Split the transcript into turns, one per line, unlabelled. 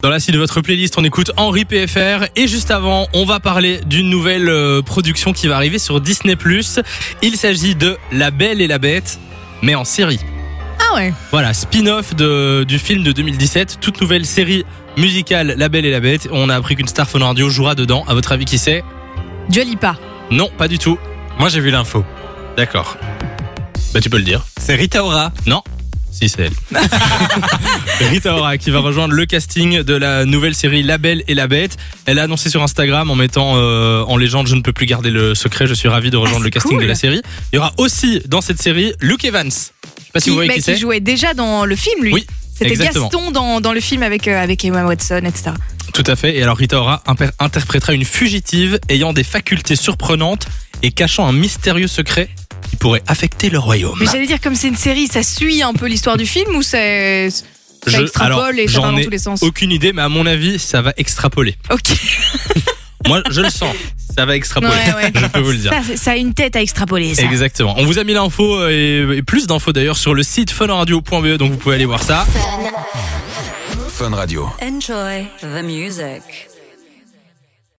Dans la suite de votre playlist, on écoute Henri PFR et juste avant, on va parler d'une nouvelle euh, production qui va arriver sur Disney+. Il s'agit de La Belle et la Bête, mais en série.
Ah ouais.
Voilà, spin-off de- du film de 2017, toute nouvelle série musicale La Belle et la Bête. On a appris qu'une star radio jouera dedans. À votre avis, qui c'est
Jolipa.
Non, pas du tout.
Moi j'ai vu l'info.
D'accord. Bah tu peux le dire.
C'est Rita Ora.
Non. Si, c'est elle. Rita Ora qui va rejoindre le casting de la nouvelle série La Belle et la Bête. Elle a annoncé sur Instagram en mettant euh, en légende Je ne peux plus garder le secret, je suis ravi de rejoindre le
Ah, c'est
casting
cool.
de la série. Il y aura aussi dans cette série Luke Evans. Je sais pas si vous voyez
bah,
qui c'est.
jouait déjà dans le film, lui.
Oui,
C'était
exactement.
Gaston dans, dans le film avec, euh, avec Emma Watson, etc.
Tout à fait. Et alors Rita Ora imper- interprétera une fugitive ayant des facultés surprenantes et cachant un mystérieux secret qui pourrait affecter le royaume.
Mais j'allais dire, comme c'est une série, ça suit un peu l'histoire du film ou c'est. Ça
Je-
extrapole
alors,
et ça va
j'en
dans
ai
tous les sens.
Aucune idée, mais à mon avis, ça va extrapoler.
Ok.
Moi, je le sens. Ça va extrapoler.
Ouais, ouais.
Je peux vous le dire.
Ça, c'est- ça a une tête à extrapoler, ça.
Exactement. On vous a mis l'info euh, et, et plus d'infos d'ailleurs sur le site funradio.be, donc vous pouvez aller voir ça.
Fun Radio.
Enjoy the music.